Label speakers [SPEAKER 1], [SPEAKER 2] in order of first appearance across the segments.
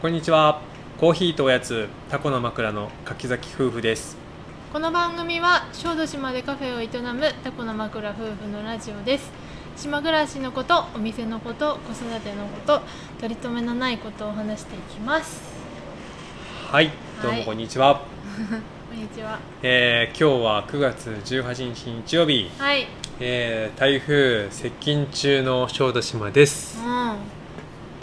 [SPEAKER 1] こんにちはコーヒーとおやつタコの枕の柿崎夫婦です
[SPEAKER 2] この番組は小豆島でカフェを営むタコの枕夫婦のラジオです島暮らしのことお店のこと子育てのこと取り留めのないことを話していきます
[SPEAKER 1] はいどうもこんにちは、
[SPEAKER 2] こんにちは
[SPEAKER 1] えー今日は9月18日日曜日、
[SPEAKER 2] はい
[SPEAKER 1] えー台風接近中の小豆島です
[SPEAKER 2] う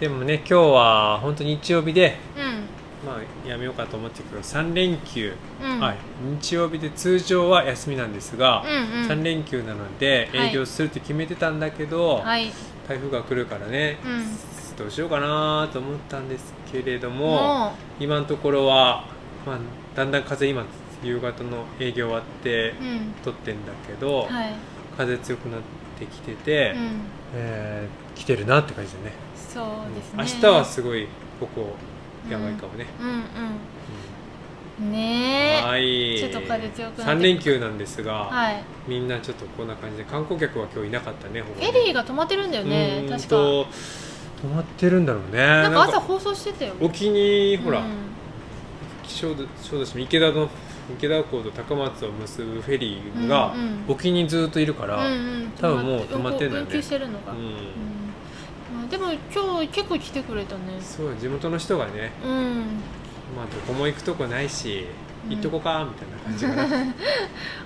[SPEAKER 1] でもね今日は本当に日曜日で
[SPEAKER 2] ん
[SPEAKER 1] まあやめようかと思ってるけど3連休、
[SPEAKER 2] うんうん
[SPEAKER 1] はい、日曜日で通常は休みなんですが、
[SPEAKER 2] うんうん
[SPEAKER 1] 3連休なので
[SPEAKER 2] はい
[SPEAKER 1] 営業するって決めてたんだけど、
[SPEAKER 2] はい
[SPEAKER 1] 台風が来るからね、
[SPEAKER 2] うん
[SPEAKER 1] どうしようかなと思ったんですけれども
[SPEAKER 2] も
[SPEAKER 1] 今のところは、まあ、だんだん風今夕方の営業終わって
[SPEAKER 2] ううん
[SPEAKER 1] 撮ってんだけど、
[SPEAKER 2] はい
[SPEAKER 1] 風強くなってきてて、
[SPEAKER 2] うん
[SPEAKER 1] えー来てるなって感じだね
[SPEAKER 2] そうですね
[SPEAKER 1] 明日はすごいここやばいかもね、
[SPEAKER 2] うんうん
[SPEAKER 1] うん
[SPEAKER 2] ねえ
[SPEAKER 1] はい
[SPEAKER 2] ちょっと風強くなってきた
[SPEAKER 1] 3連休なんですが、
[SPEAKER 2] はい
[SPEAKER 1] みんなちょっとこんな感じで観光客は今日いなかったねほぼ
[SPEAKER 2] フ
[SPEAKER 1] ね
[SPEAKER 2] ェリーが止まってるんだよ
[SPEAKER 1] う
[SPEAKER 2] ね
[SPEAKER 1] ーん
[SPEAKER 2] 確か
[SPEAKER 1] と止まってるんだろうね
[SPEAKER 2] な
[SPEAKER 1] なん
[SPEAKER 2] か朝放送してたよ
[SPEAKER 1] 沖にほら、
[SPEAKER 2] うん
[SPEAKER 1] 小豆小豆島池田の池田港と高松を結ぶフェリーが
[SPEAKER 2] うんうん
[SPEAKER 1] 沖にずっといるから、うん
[SPEAKER 2] うんうん、
[SPEAKER 1] 多分もう止まってんだよね
[SPEAKER 2] 運休してるのが、うんまあ、でも今日結構来てくれたね
[SPEAKER 1] そう地元の人がね、
[SPEAKER 2] うん
[SPEAKER 1] まあ、どこも行くとこないし、
[SPEAKER 2] うん
[SPEAKER 1] 行っとこかみたいな感じかな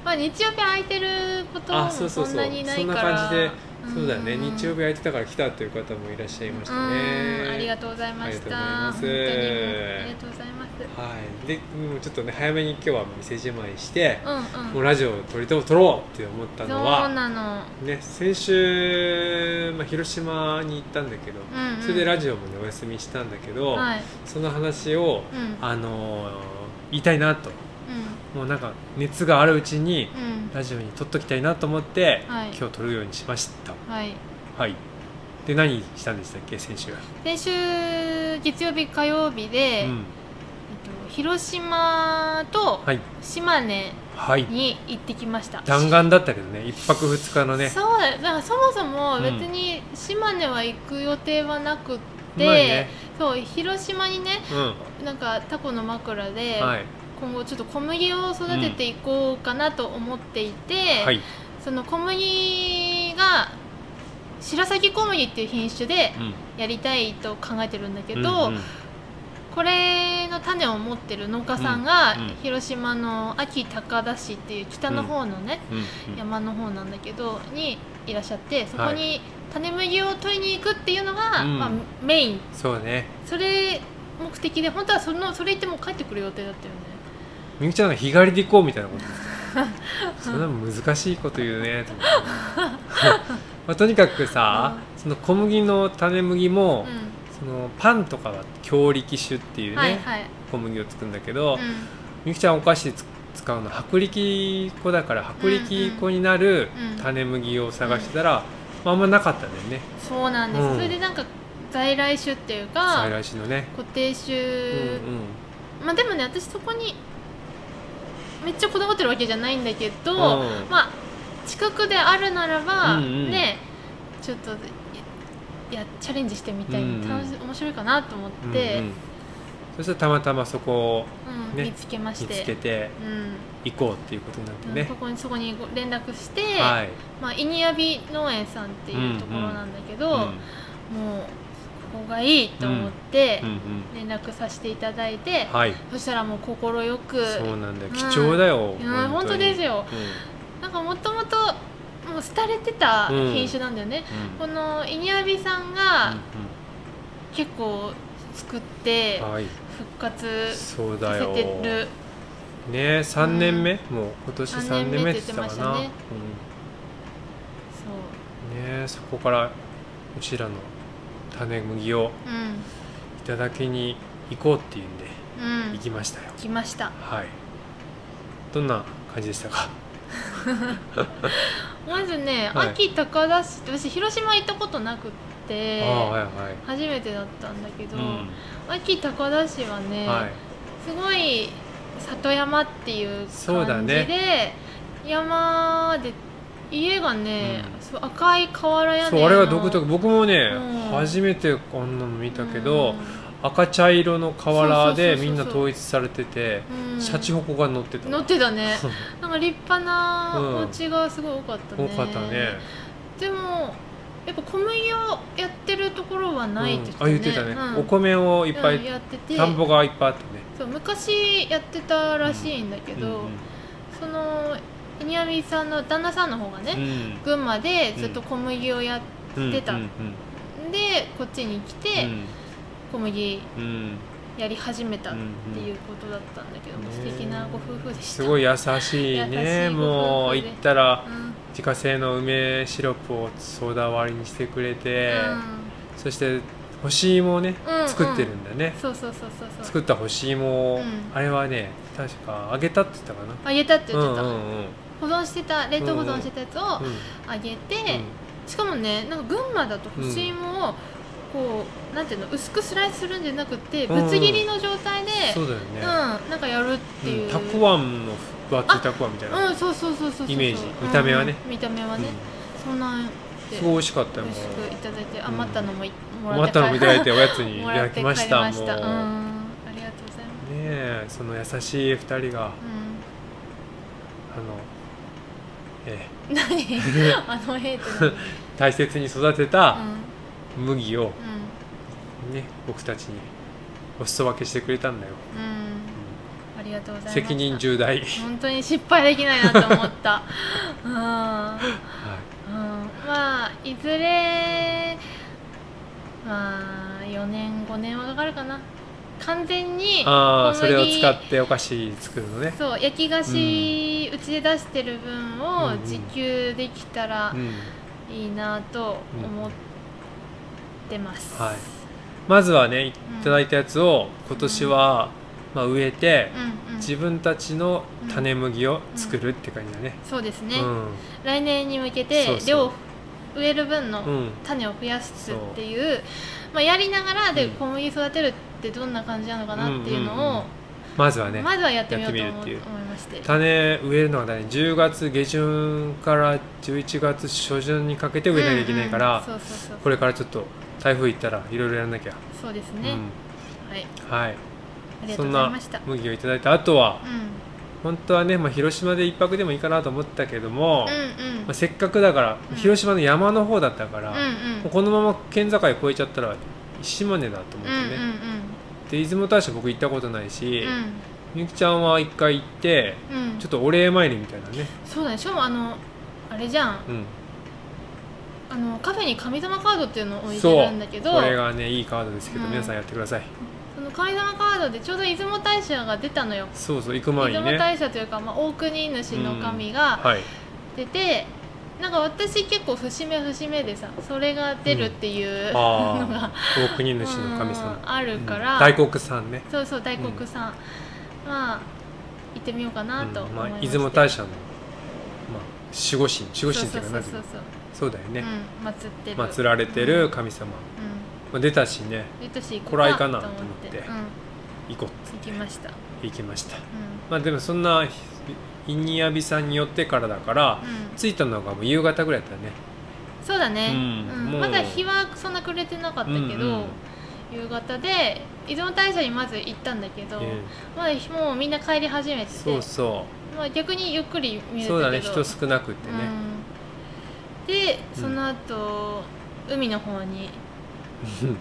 [SPEAKER 2] まあ日曜日空いてること も
[SPEAKER 1] あそうそうそう
[SPEAKER 2] そんなにないから
[SPEAKER 1] そんな感じで
[SPEAKER 2] ん
[SPEAKER 1] そうだよね日曜日空いてたから来たという方もいらっしゃいましたね
[SPEAKER 2] うんありがとうございました
[SPEAKER 1] ありがとうございます
[SPEAKER 2] 本当にもうありがとうございます
[SPEAKER 1] はいでもうちょっとね早めに今日は店じまいして、
[SPEAKER 2] うん
[SPEAKER 1] も
[SPEAKER 2] う
[SPEAKER 1] うんラジオを撮りと撮ろうって思った
[SPEAKER 2] そ
[SPEAKER 1] の
[SPEAKER 2] う
[SPEAKER 1] は
[SPEAKER 2] なの
[SPEAKER 1] ね、先週、まあ、広島に行ったんだけど、
[SPEAKER 2] うんうん
[SPEAKER 1] それでラジオも、ね、お休みしたんだけど、
[SPEAKER 2] はい
[SPEAKER 1] その話を、
[SPEAKER 2] うんうん
[SPEAKER 1] あのー言いたいなともうなんか熱があるうちに
[SPEAKER 2] うん
[SPEAKER 1] ラジオに撮っときたいなと思って、
[SPEAKER 2] はい
[SPEAKER 1] 今日撮るようにしました
[SPEAKER 2] はい
[SPEAKER 1] はいで何したんでしたっけ先週、
[SPEAKER 2] 先週月曜日火曜日で、
[SPEAKER 1] うん、
[SPEAKER 2] えっと広島と
[SPEAKER 1] はい
[SPEAKER 2] 島根
[SPEAKER 1] はい
[SPEAKER 2] に行ってきました、
[SPEAKER 1] 弾丸だったけどね一泊二日のね
[SPEAKER 2] そうだよだからそもそも
[SPEAKER 1] うん
[SPEAKER 2] 別に島根は行く予定はなくって、
[SPEAKER 1] まあね
[SPEAKER 2] そう広島にね
[SPEAKER 1] うん
[SPEAKER 2] なんかタコの枕で、
[SPEAKER 1] はい
[SPEAKER 2] 今後ちょっと小麦を育てていこうかなと思っていて、
[SPEAKER 1] はい
[SPEAKER 2] その小麦が白崎小麦っていう品種で
[SPEAKER 1] うん
[SPEAKER 2] やりたいと考えてるんだけど、
[SPEAKER 1] うんうん
[SPEAKER 2] これの種を持ってる農家さんが、
[SPEAKER 1] うんうん
[SPEAKER 2] 広島の安芸高田市っていう北の方のね、
[SPEAKER 1] うん
[SPEAKER 2] 山の方なんだけどにいらっしゃってそこに種麦を取りに行くっていうのが、
[SPEAKER 1] うん
[SPEAKER 2] まあ、メイン
[SPEAKER 1] そうね
[SPEAKER 2] それ目的で本当はそのそれ行ってもう帰ってくる予定だったよね
[SPEAKER 1] みゆきちゃんが日帰りで行こうみたいなこと言ってたそんな難しいこと言うねと思ってまあ、とにかくさ、その小麦の種麦も、そのパンとかは強力種っていう
[SPEAKER 2] うん、
[SPEAKER 1] ね、
[SPEAKER 2] はいはい、
[SPEAKER 1] 小麦を作るんだけど、
[SPEAKER 2] う
[SPEAKER 1] み
[SPEAKER 2] ん
[SPEAKER 1] ゆきちゃんお菓子でつ使うのは薄力粉だから薄力粉になる
[SPEAKER 2] うんうん
[SPEAKER 1] 種麦を探してたら、まああんまなかったんだよね
[SPEAKER 2] そうなんです、
[SPEAKER 1] うん
[SPEAKER 2] それでなんか在来種っていう
[SPEAKER 1] 再
[SPEAKER 2] か
[SPEAKER 1] 来種のね。
[SPEAKER 2] 固定
[SPEAKER 1] うん
[SPEAKER 2] 種、
[SPEAKER 1] うん
[SPEAKER 2] まあでもね私そこにめっちゃこだわってるわけじゃないんだけど、
[SPEAKER 1] うん
[SPEAKER 2] まあ近くであるならば、
[SPEAKER 1] うんうん
[SPEAKER 2] ねちょっといやチャレンジしてみたい、
[SPEAKER 1] うんうん
[SPEAKER 2] 楽し面白いかなと思って、
[SPEAKER 1] うんうんそしたらたまたまそこを
[SPEAKER 2] うん
[SPEAKER 1] ね
[SPEAKER 2] 見つけまし
[SPEAKER 1] 見
[SPEAKER 2] て
[SPEAKER 1] つけて
[SPEAKER 2] うん
[SPEAKER 1] 行こうっていうことになってね
[SPEAKER 2] そ。こにそこにご連絡して、
[SPEAKER 1] はい
[SPEAKER 2] まあ、イニアビ農園さんっていうところなんだけど、もうここがいいと思って
[SPEAKER 1] うんうん
[SPEAKER 2] 連絡させていただいて、
[SPEAKER 1] はい、
[SPEAKER 2] そしたらもう快く
[SPEAKER 1] そうなんだよ
[SPEAKER 2] うん
[SPEAKER 1] 貴重だよ、
[SPEAKER 2] いや本当ですよなんかもともともう廃れてた品種なんだよね、
[SPEAKER 1] うん、うん
[SPEAKER 2] このイニアビさんが結構作って
[SPEAKER 1] うんうんはい
[SPEAKER 2] 復活さ
[SPEAKER 1] そうだ
[SPEAKER 2] せ
[SPEAKER 1] よ
[SPEAKER 2] てる
[SPEAKER 1] ね三年目、もう今年
[SPEAKER 2] 三
[SPEAKER 1] 三
[SPEAKER 2] 年
[SPEAKER 1] 年
[SPEAKER 2] 目
[SPEAKER 1] 目
[SPEAKER 2] っ
[SPEAKER 1] ってて
[SPEAKER 2] 言
[SPEAKER 1] 言っ
[SPEAKER 2] って
[SPEAKER 1] て
[SPEAKER 2] ま
[SPEAKER 1] たかな、
[SPEAKER 2] したね
[SPEAKER 1] うんねそこからうちらの種麦を
[SPEAKER 2] そううん
[SPEAKER 1] いただきに行こうっていうんで
[SPEAKER 2] うん
[SPEAKER 1] 行きましたよ、
[SPEAKER 2] 来ました
[SPEAKER 1] はいどんな感じでしたか
[SPEAKER 2] まずね、
[SPEAKER 1] はい
[SPEAKER 2] 秋高田市って私広島行ったことなくって
[SPEAKER 1] ああはいはい
[SPEAKER 2] 初めてだったんだけど、
[SPEAKER 1] うん
[SPEAKER 2] 秋高田市はね、
[SPEAKER 1] はい
[SPEAKER 2] すごい里山っていう感じで
[SPEAKER 1] そうだね
[SPEAKER 2] 山で家がね、
[SPEAKER 1] うん
[SPEAKER 2] そう赤い瓦屋根
[SPEAKER 1] そうあれは独特
[SPEAKER 2] だ
[SPEAKER 1] 僕もね、
[SPEAKER 2] うん
[SPEAKER 1] 初めてこんなの見たけど、赤茶色の瓦で
[SPEAKER 2] そうそうそうそ
[SPEAKER 1] み
[SPEAKER 2] う
[SPEAKER 1] んな統一されてて、
[SPEAKER 2] うん
[SPEAKER 1] シャチホコが乗ってた
[SPEAKER 2] 乗ってたねなんか立派な
[SPEAKER 1] うん
[SPEAKER 2] お家がすごい多かった ね、
[SPEAKER 1] 多かったね
[SPEAKER 2] でもやっぱ小麦をやってるところはないって
[SPEAKER 1] うんあ言ってたね、
[SPEAKER 2] うん
[SPEAKER 1] お米をいっぱい、
[SPEAKER 2] うんやってて
[SPEAKER 1] 田んぼがいっぱいあってね
[SPEAKER 2] そう昔やってたらしいんだけど、そのイニヤミさんの旦那さんの方がね、群馬でずっと小麦をやっ
[SPEAKER 1] うん
[SPEAKER 2] 出た
[SPEAKER 1] うん
[SPEAKER 2] て、こっちに来て小麦
[SPEAKER 1] うんうん
[SPEAKER 2] やり始めたっていうことだったんだけど、
[SPEAKER 1] うんうん
[SPEAKER 2] 素敵なご夫婦でし
[SPEAKER 1] す
[SPEAKER 2] た
[SPEAKER 1] ごい優しいね
[SPEAKER 2] 優しいご
[SPEAKER 1] も
[SPEAKER 2] 夫婦で
[SPEAKER 1] う行ったら
[SPEAKER 2] うん、うん
[SPEAKER 1] 自家製の梅シロップをソーダ割りにしてくれて、そして干し芋をね、
[SPEAKER 2] うんうん
[SPEAKER 1] 作ってるんだね
[SPEAKER 2] そうそうそうそうそう
[SPEAKER 1] 作った干し芋を、
[SPEAKER 2] うん
[SPEAKER 1] あれはね確か揚げたって言ったかな
[SPEAKER 2] あげたって言ってた、
[SPEAKER 1] うんうんうん
[SPEAKER 2] 保存してた冷凍保存してたやつをあげて、しかもねなんか群馬だと干し芋をこうなんていうの薄くスライスするんじゃなくて
[SPEAKER 1] うんうん
[SPEAKER 2] ぶつ切りの状態で、
[SPEAKER 1] そうだよ
[SPEAKER 2] う
[SPEAKER 1] ね
[SPEAKER 2] ん、なんかやるっていう、
[SPEAKER 1] うんたくあんの分厚いたくあんみたいな、
[SPEAKER 2] うんそうそうそうそうそう
[SPEAKER 1] イメージ見た目はね
[SPEAKER 2] うん見た目はね、そんなんで
[SPEAKER 1] うんすごい美味しかったよ
[SPEAKER 2] 美
[SPEAKER 1] も
[SPEAKER 2] 味しくいただいて余ったのもい、
[SPEAKER 1] う
[SPEAKER 2] もら
[SPEAKER 1] ま
[SPEAKER 2] って帰
[SPEAKER 1] たの見ていただいておやつにい
[SPEAKER 2] も
[SPEAKER 1] た
[SPEAKER 2] ら
[SPEAKER 1] だ
[SPEAKER 2] っ
[SPEAKER 1] き
[SPEAKER 2] て帰りま
[SPEAKER 1] ま
[SPEAKER 2] し
[SPEAKER 1] したた
[SPEAKER 2] うん
[SPEAKER 1] もうね
[SPEAKER 2] ありがとうございます
[SPEAKER 1] えその優しい2人があの
[SPEAKER 2] う
[SPEAKER 1] え
[SPEAKER 2] ん、何 あのヘイトの、うん
[SPEAKER 1] え大切に育てた麦をね僕たちにお裾分けしてくれたんだよ、
[SPEAKER 2] うんうん
[SPEAKER 1] う、
[SPEAKER 2] ありがとうござい
[SPEAKER 1] ん
[SPEAKER 2] ます
[SPEAKER 1] 責任重 大、
[SPEAKER 2] 本当に失敗できないなと思った うん、うん、ま
[SPEAKER 1] はい
[SPEAKER 2] あいずれまあ4年5年はかかるかな完全に
[SPEAKER 1] ああ
[SPEAKER 2] 小
[SPEAKER 1] それを
[SPEAKER 2] 麦
[SPEAKER 1] 使ってお菓子作るのね
[SPEAKER 2] そう焼き菓子うち、で出してる分を
[SPEAKER 1] うんうん
[SPEAKER 2] 自給できたら
[SPEAKER 1] うん
[SPEAKER 2] いいなと思ってます、
[SPEAKER 1] はいまずはねい
[SPEAKER 2] うん
[SPEAKER 1] ただいたやつを今年は、まあ、植えて、
[SPEAKER 2] うんうん
[SPEAKER 1] 自分たちの種麦を作るって感じだね、
[SPEAKER 2] そうです
[SPEAKER 1] う
[SPEAKER 2] ね、
[SPEAKER 1] ん
[SPEAKER 2] 来年に向けて
[SPEAKER 1] そうそう
[SPEAKER 2] 量を植える分の
[SPEAKER 1] うん
[SPEAKER 2] 種を増やすっていうまあ、やりながらで
[SPEAKER 1] うん
[SPEAKER 2] 小麦育てるってどんな感じなのかなっていうのを、
[SPEAKER 1] まずはね
[SPEAKER 2] まずはやってみようと
[SPEAKER 1] や
[SPEAKER 2] 思
[SPEAKER 1] っ
[SPEAKER 2] う
[SPEAKER 1] てみるっていう
[SPEAKER 2] 思いまして
[SPEAKER 1] 種植えるのはね10月下旬から11月初旬にかけて植えなきゃいけないから、
[SPEAKER 2] うんうんそうそうそう
[SPEAKER 1] これからちょっと台風行ったらいろいろやらなきゃ、
[SPEAKER 2] そうですね、はい
[SPEAKER 1] うん、はい
[SPEAKER 2] ありがと
[SPEAKER 1] そ
[SPEAKER 2] うんござい
[SPEAKER 1] な
[SPEAKER 2] ました
[SPEAKER 1] 麦をいただいた後は
[SPEAKER 2] うん、うん
[SPEAKER 1] 本当はね、まあ、広島で一泊でもいいかなと思ったけども、
[SPEAKER 2] うん
[SPEAKER 1] まあ、せっかくだから、
[SPEAKER 2] うん
[SPEAKER 1] 広島の山の方だったから、
[SPEAKER 2] うんうん
[SPEAKER 1] このまま県境越えちゃったら島根だと思ってね、
[SPEAKER 2] うんうん
[SPEAKER 1] で出雲大社僕行ったことないし、
[SPEAKER 2] うん
[SPEAKER 1] みゆきちゃんは一回行って
[SPEAKER 2] うんうん
[SPEAKER 1] ちょっとお礼参りみたいなね、
[SPEAKER 2] そうだねしかもあのあれじゃん
[SPEAKER 1] うん、
[SPEAKER 2] あのカフェに神玉カードっていうのを置いてるんだけど
[SPEAKER 1] これがねいいカードですけど、
[SPEAKER 2] うん
[SPEAKER 1] 皆さんやってください
[SPEAKER 2] その神玉カードでちょうど出雲大社が出たのよ
[SPEAKER 1] そうそう行く前
[SPEAKER 2] 出
[SPEAKER 1] に
[SPEAKER 2] 雲
[SPEAKER 1] ね
[SPEAKER 2] 大社というか、まあ、大国主の神が、
[SPEAKER 1] はい
[SPEAKER 2] 出てなんか私結構節目節目でさそれが出るっていう、の
[SPEAKER 1] ああ
[SPEAKER 2] が
[SPEAKER 1] 大国主の神
[SPEAKER 2] う
[SPEAKER 1] 様
[SPEAKER 2] んあるから、
[SPEAKER 1] うん大黒さんね、
[SPEAKER 2] そうそう大黒さん、まあ行ってみようかなと
[SPEAKER 1] うん
[SPEAKER 2] 思
[SPEAKER 1] ま
[SPEAKER 2] いま
[SPEAKER 1] あ、
[SPEAKER 2] し
[SPEAKER 1] 出
[SPEAKER 2] て、
[SPEAKER 1] 雲大社の、まあ、守護神守護神っていうか
[SPEAKER 2] そう
[SPEAKER 1] 何
[SPEAKER 2] そ
[SPEAKER 1] ていうの
[SPEAKER 2] うそうそう、
[SPEAKER 1] そうだよね、
[SPEAKER 2] うん、祀ってる
[SPEAKER 1] 祀られて
[SPEAKER 2] う
[SPEAKER 1] る
[SPEAKER 2] ん
[SPEAKER 1] 神様、
[SPEAKER 2] う
[SPEAKER 1] まあ、出たしね
[SPEAKER 2] ん、ゆとし行こ
[SPEAKER 1] こ
[SPEAKER 2] う
[SPEAKER 1] れはい
[SPEAKER 2] か
[SPEAKER 1] いかな
[SPEAKER 2] と思っ
[SPEAKER 1] と思って
[SPEAKER 2] て、うん、
[SPEAKER 1] 行こう
[SPEAKER 2] 行きました、うん
[SPEAKER 1] 行きましたまあでもそんなイニヤビさんによってからだから、
[SPEAKER 2] うん、
[SPEAKER 1] 着いたのがもう夕方ぐらいだったね
[SPEAKER 2] そうだね、
[SPEAKER 1] うん
[SPEAKER 2] うん
[SPEAKER 1] もう
[SPEAKER 2] まだ日はそんな暮れてなかったけど、
[SPEAKER 1] うんうん
[SPEAKER 2] 夕方で出雲大社にまず行ったんだけど、
[SPEAKER 1] え
[SPEAKER 2] まあ、もうみんな帰り始
[SPEAKER 1] え
[SPEAKER 2] めてて
[SPEAKER 1] そうそ
[SPEAKER 2] まあ、逆にゆっくり
[SPEAKER 1] う
[SPEAKER 2] 見れたけど
[SPEAKER 1] そうだね人少なくってね、
[SPEAKER 2] うん、で
[SPEAKER 1] うん
[SPEAKER 2] その後、海の方に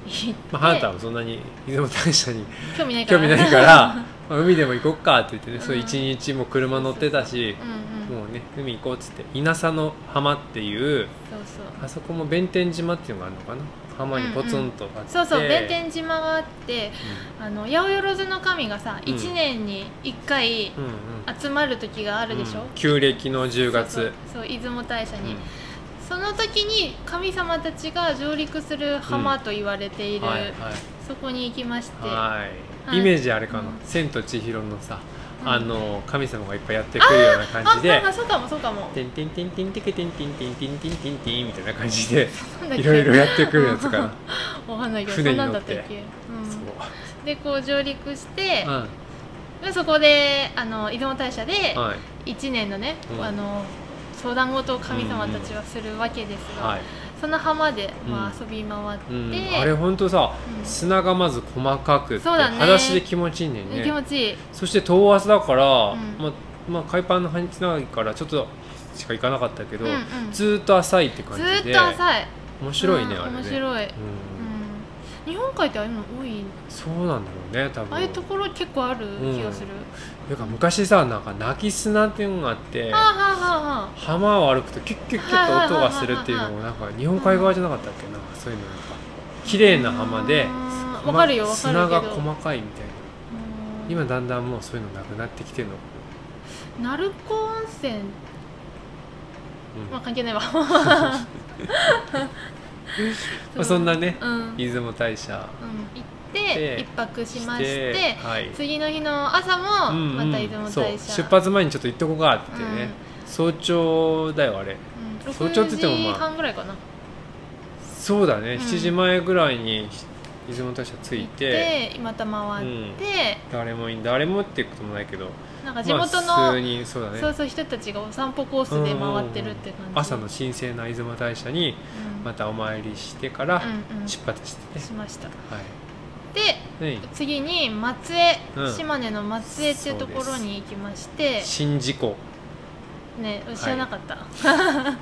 [SPEAKER 2] 行って、
[SPEAKER 1] まあ、ハンターもそんなに出雲大社に
[SPEAKER 2] 興味ないか
[SPEAKER 1] 興
[SPEAKER 2] ら
[SPEAKER 1] 味ないからまあ海でも行こっかって言ってね、
[SPEAKER 2] ん
[SPEAKER 1] そう一日も車乗ってたし
[SPEAKER 2] うんうん
[SPEAKER 1] もうね海行こうっつって稲佐の浜っていう
[SPEAKER 2] そうそう
[SPEAKER 1] あそこも弁天島っていうのがあるのかな浜にポツンとあって、
[SPEAKER 2] そうそう弁天島があってあの八百万の神がさ
[SPEAKER 1] うん
[SPEAKER 2] 1年に1回
[SPEAKER 1] うんうん
[SPEAKER 2] 集まる時があ
[SPEAKER 1] う
[SPEAKER 2] る
[SPEAKER 1] ん
[SPEAKER 2] でしょ、
[SPEAKER 1] うん旧暦の10月
[SPEAKER 2] そうそうそう出雲大社に、
[SPEAKER 1] うん
[SPEAKER 2] その時に神様たちが上陸する浜と言われている、
[SPEAKER 1] はいはい
[SPEAKER 2] そこに行きまして、
[SPEAKER 1] はい、
[SPEAKER 2] はい
[SPEAKER 1] イメージあれかな
[SPEAKER 2] うん
[SPEAKER 1] 「千と千尋」のさ、
[SPEAKER 2] うん
[SPEAKER 1] あの神様がいっぱいやってくるような感
[SPEAKER 2] あ
[SPEAKER 1] じで
[SPEAKER 2] なんかそうかもそうかも
[SPEAKER 1] 「てんてんてんてんてけてんてんてんてんてんてんてん」みたいな感じで
[SPEAKER 2] なんだっけ
[SPEAKER 1] いろいろやってくるやつかな
[SPEAKER 2] わかんないけど
[SPEAKER 1] 船
[SPEAKER 2] そん
[SPEAKER 1] に
[SPEAKER 2] なん
[SPEAKER 1] 乗
[SPEAKER 2] だっ
[SPEAKER 1] ったて
[SPEAKER 2] っけ、うん
[SPEAKER 1] そう、
[SPEAKER 2] でこう上陸して
[SPEAKER 1] う、ん
[SPEAKER 2] でそこであの出雲大社で
[SPEAKER 1] はい
[SPEAKER 2] 1年のね、
[SPEAKER 1] うん
[SPEAKER 2] あの相談事を神様たちはするわけですが、
[SPEAKER 1] はい
[SPEAKER 2] その浜で、まあ、
[SPEAKER 1] う
[SPEAKER 2] 遊び回って、
[SPEAKER 1] うん、あれほんとさ
[SPEAKER 2] うん
[SPEAKER 1] 砂がまず細かくて、
[SPEAKER 2] そうだね
[SPEAKER 1] 裸足で気持ちいいんだよ
[SPEAKER 2] 気持
[SPEAKER 1] ね
[SPEAKER 2] ちいい、
[SPEAKER 1] そして遠足だから、
[SPEAKER 2] うん
[SPEAKER 1] まあまあ海パンの半日ないからちょっとしか行かなかったけど、
[SPEAKER 2] うんうん
[SPEAKER 1] ずーっと浅いって感
[SPEAKER 2] ず
[SPEAKER 1] じで
[SPEAKER 2] ーっと浅い
[SPEAKER 1] 面白いね、
[SPEAKER 2] うん
[SPEAKER 1] あれね
[SPEAKER 2] 面白い、うん、
[SPEAKER 1] うん
[SPEAKER 2] 日本海ってああいうの多い
[SPEAKER 1] そうなんだろうね多分
[SPEAKER 2] ああいうところ結構ある気がする、
[SPEAKER 1] なんか昔さなんか泣き砂っていうのがあって
[SPEAKER 2] はあはあはあはあ
[SPEAKER 1] 浜を歩くとキュッキュッキュッと音がするっていうの
[SPEAKER 2] はい
[SPEAKER 1] もなんか日本海側じゃなかったっけなんかそういうのなんか綺麗な浜で
[SPEAKER 2] うん
[SPEAKER 1] 細
[SPEAKER 2] わかるよわかるけど
[SPEAKER 1] 砂が細かいみたいな
[SPEAKER 2] うん
[SPEAKER 1] 今だんだんもうそういうのなくなってきてるのか
[SPEAKER 2] 鳴子温泉
[SPEAKER 1] な、
[SPEAKER 2] まあ関係ないわ
[SPEAKER 1] まあそんなね
[SPEAKER 2] うん、うん、行
[SPEAKER 1] うん、出雲大社
[SPEAKER 2] って
[SPEAKER 1] で
[SPEAKER 2] 一泊しまして
[SPEAKER 1] はい
[SPEAKER 2] 次の日の朝も
[SPEAKER 1] うん
[SPEAKER 2] ま
[SPEAKER 1] うん
[SPEAKER 2] た出雲大社、
[SPEAKER 1] そう出発前にちょっと行っとこうかって言ってね、早朝だよあれ
[SPEAKER 2] うん、
[SPEAKER 1] 早朝って言ってもまあ
[SPEAKER 2] 6時半ぐらいかな
[SPEAKER 1] そうだね、
[SPEAKER 2] うん
[SPEAKER 1] 7時前ぐらいに出雲大社着
[SPEAKER 2] 行
[SPEAKER 1] い
[SPEAKER 2] ってまた回って、
[SPEAKER 1] 誰もい誰もっていうこともないけど
[SPEAKER 2] なんか地元の、
[SPEAKER 1] まあ、数人そうだね
[SPEAKER 2] そうそう人たちがお散歩コースで回ってるって感じ、
[SPEAKER 1] 朝の神聖な出雲大社に
[SPEAKER 2] うん
[SPEAKER 1] またお参りしてから
[SPEAKER 2] うんうん
[SPEAKER 1] 出発してね、
[SPEAKER 2] しました
[SPEAKER 1] はい
[SPEAKER 2] で
[SPEAKER 1] ね
[SPEAKER 2] 次に松江、
[SPEAKER 1] うん
[SPEAKER 2] 島根の松江っていうところに行きまして
[SPEAKER 1] 宍道湖
[SPEAKER 2] ね知らなかった、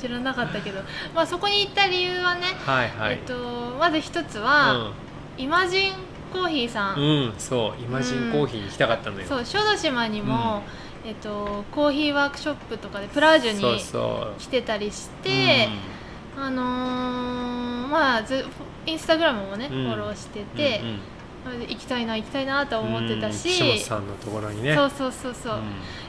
[SPEAKER 2] 知らなかったけど、まあ、そこに行った理由はね、
[SPEAKER 1] はいはい、
[SPEAKER 2] えっと、まず一つは、イマジンコーヒーさん、
[SPEAKER 1] うん、うん、そうイマジンコーヒーに行きたかったのよ、
[SPEAKER 2] そう小豆島にも、えっと、コーヒーワークショップとかでプラージュ
[SPEAKER 1] そう
[SPEAKER 2] に
[SPEAKER 1] そう
[SPEAKER 2] 来てたりして、あのーまあずインスタグラムもね、
[SPEAKER 1] うん
[SPEAKER 2] フォローして
[SPEAKER 1] うん
[SPEAKER 2] て
[SPEAKER 1] うん、うん
[SPEAKER 2] なので行きたいな行きたいなとは思ってたし、
[SPEAKER 1] うん岸本さんのところにね
[SPEAKER 2] そうそうそうそう、
[SPEAKER 1] うん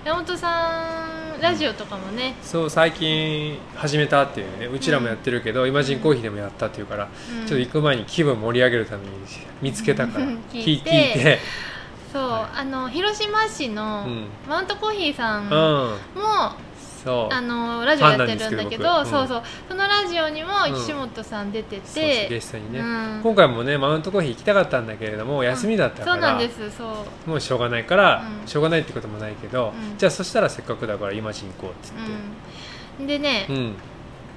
[SPEAKER 2] 山本さんラジオとかもね、
[SPEAKER 1] そう最近始めたっていうねうちらもやってるけど、イマジンコーヒーでもやったっていうから、
[SPEAKER 2] う
[SPEAKER 1] ちょ
[SPEAKER 2] ん
[SPEAKER 1] っと行く前に気分盛り上げるために見つけたから
[SPEAKER 2] うん
[SPEAKER 1] 聞
[SPEAKER 2] 聞
[SPEAKER 1] い
[SPEAKER 2] い
[SPEAKER 1] て
[SPEAKER 2] て
[SPEAKER 1] 聞いて、
[SPEAKER 2] そう、あの広島市の
[SPEAKER 1] うん
[SPEAKER 2] マウントコーヒーさん
[SPEAKER 1] う
[SPEAKER 2] も、
[SPEAKER 1] ん、そう
[SPEAKER 2] あのラジオやってるんだけ
[SPEAKER 1] ファンなん
[SPEAKER 2] ど
[SPEAKER 1] ですけど僕
[SPEAKER 2] そうそうそのラジオにも
[SPEAKER 1] うん
[SPEAKER 2] 岸本さん出て
[SPEAKER 1] そうそう
[SPEAKER 2] て
[SPEAKER 1] ゲ、ストにね、
[SPEAKER 2] うん
[SPEAKER 1] 今回もねマウントコーヒー行きたかったんだけれども休みだったから、
[SPEAKER 2] そうなんですそう
[SPEAKER 1] もうしょうがないから、
[SPEAKER 2] うん
[SPEAKER 1] しょうがないってこともないけど、
[SPEAKER 2] うん
[SPEAKER 1] じゃあそしたらせっかくだから今しに行こうっつっ、
[SPEAKER 2] うん、でね、
[SPEAKER 1] て、うん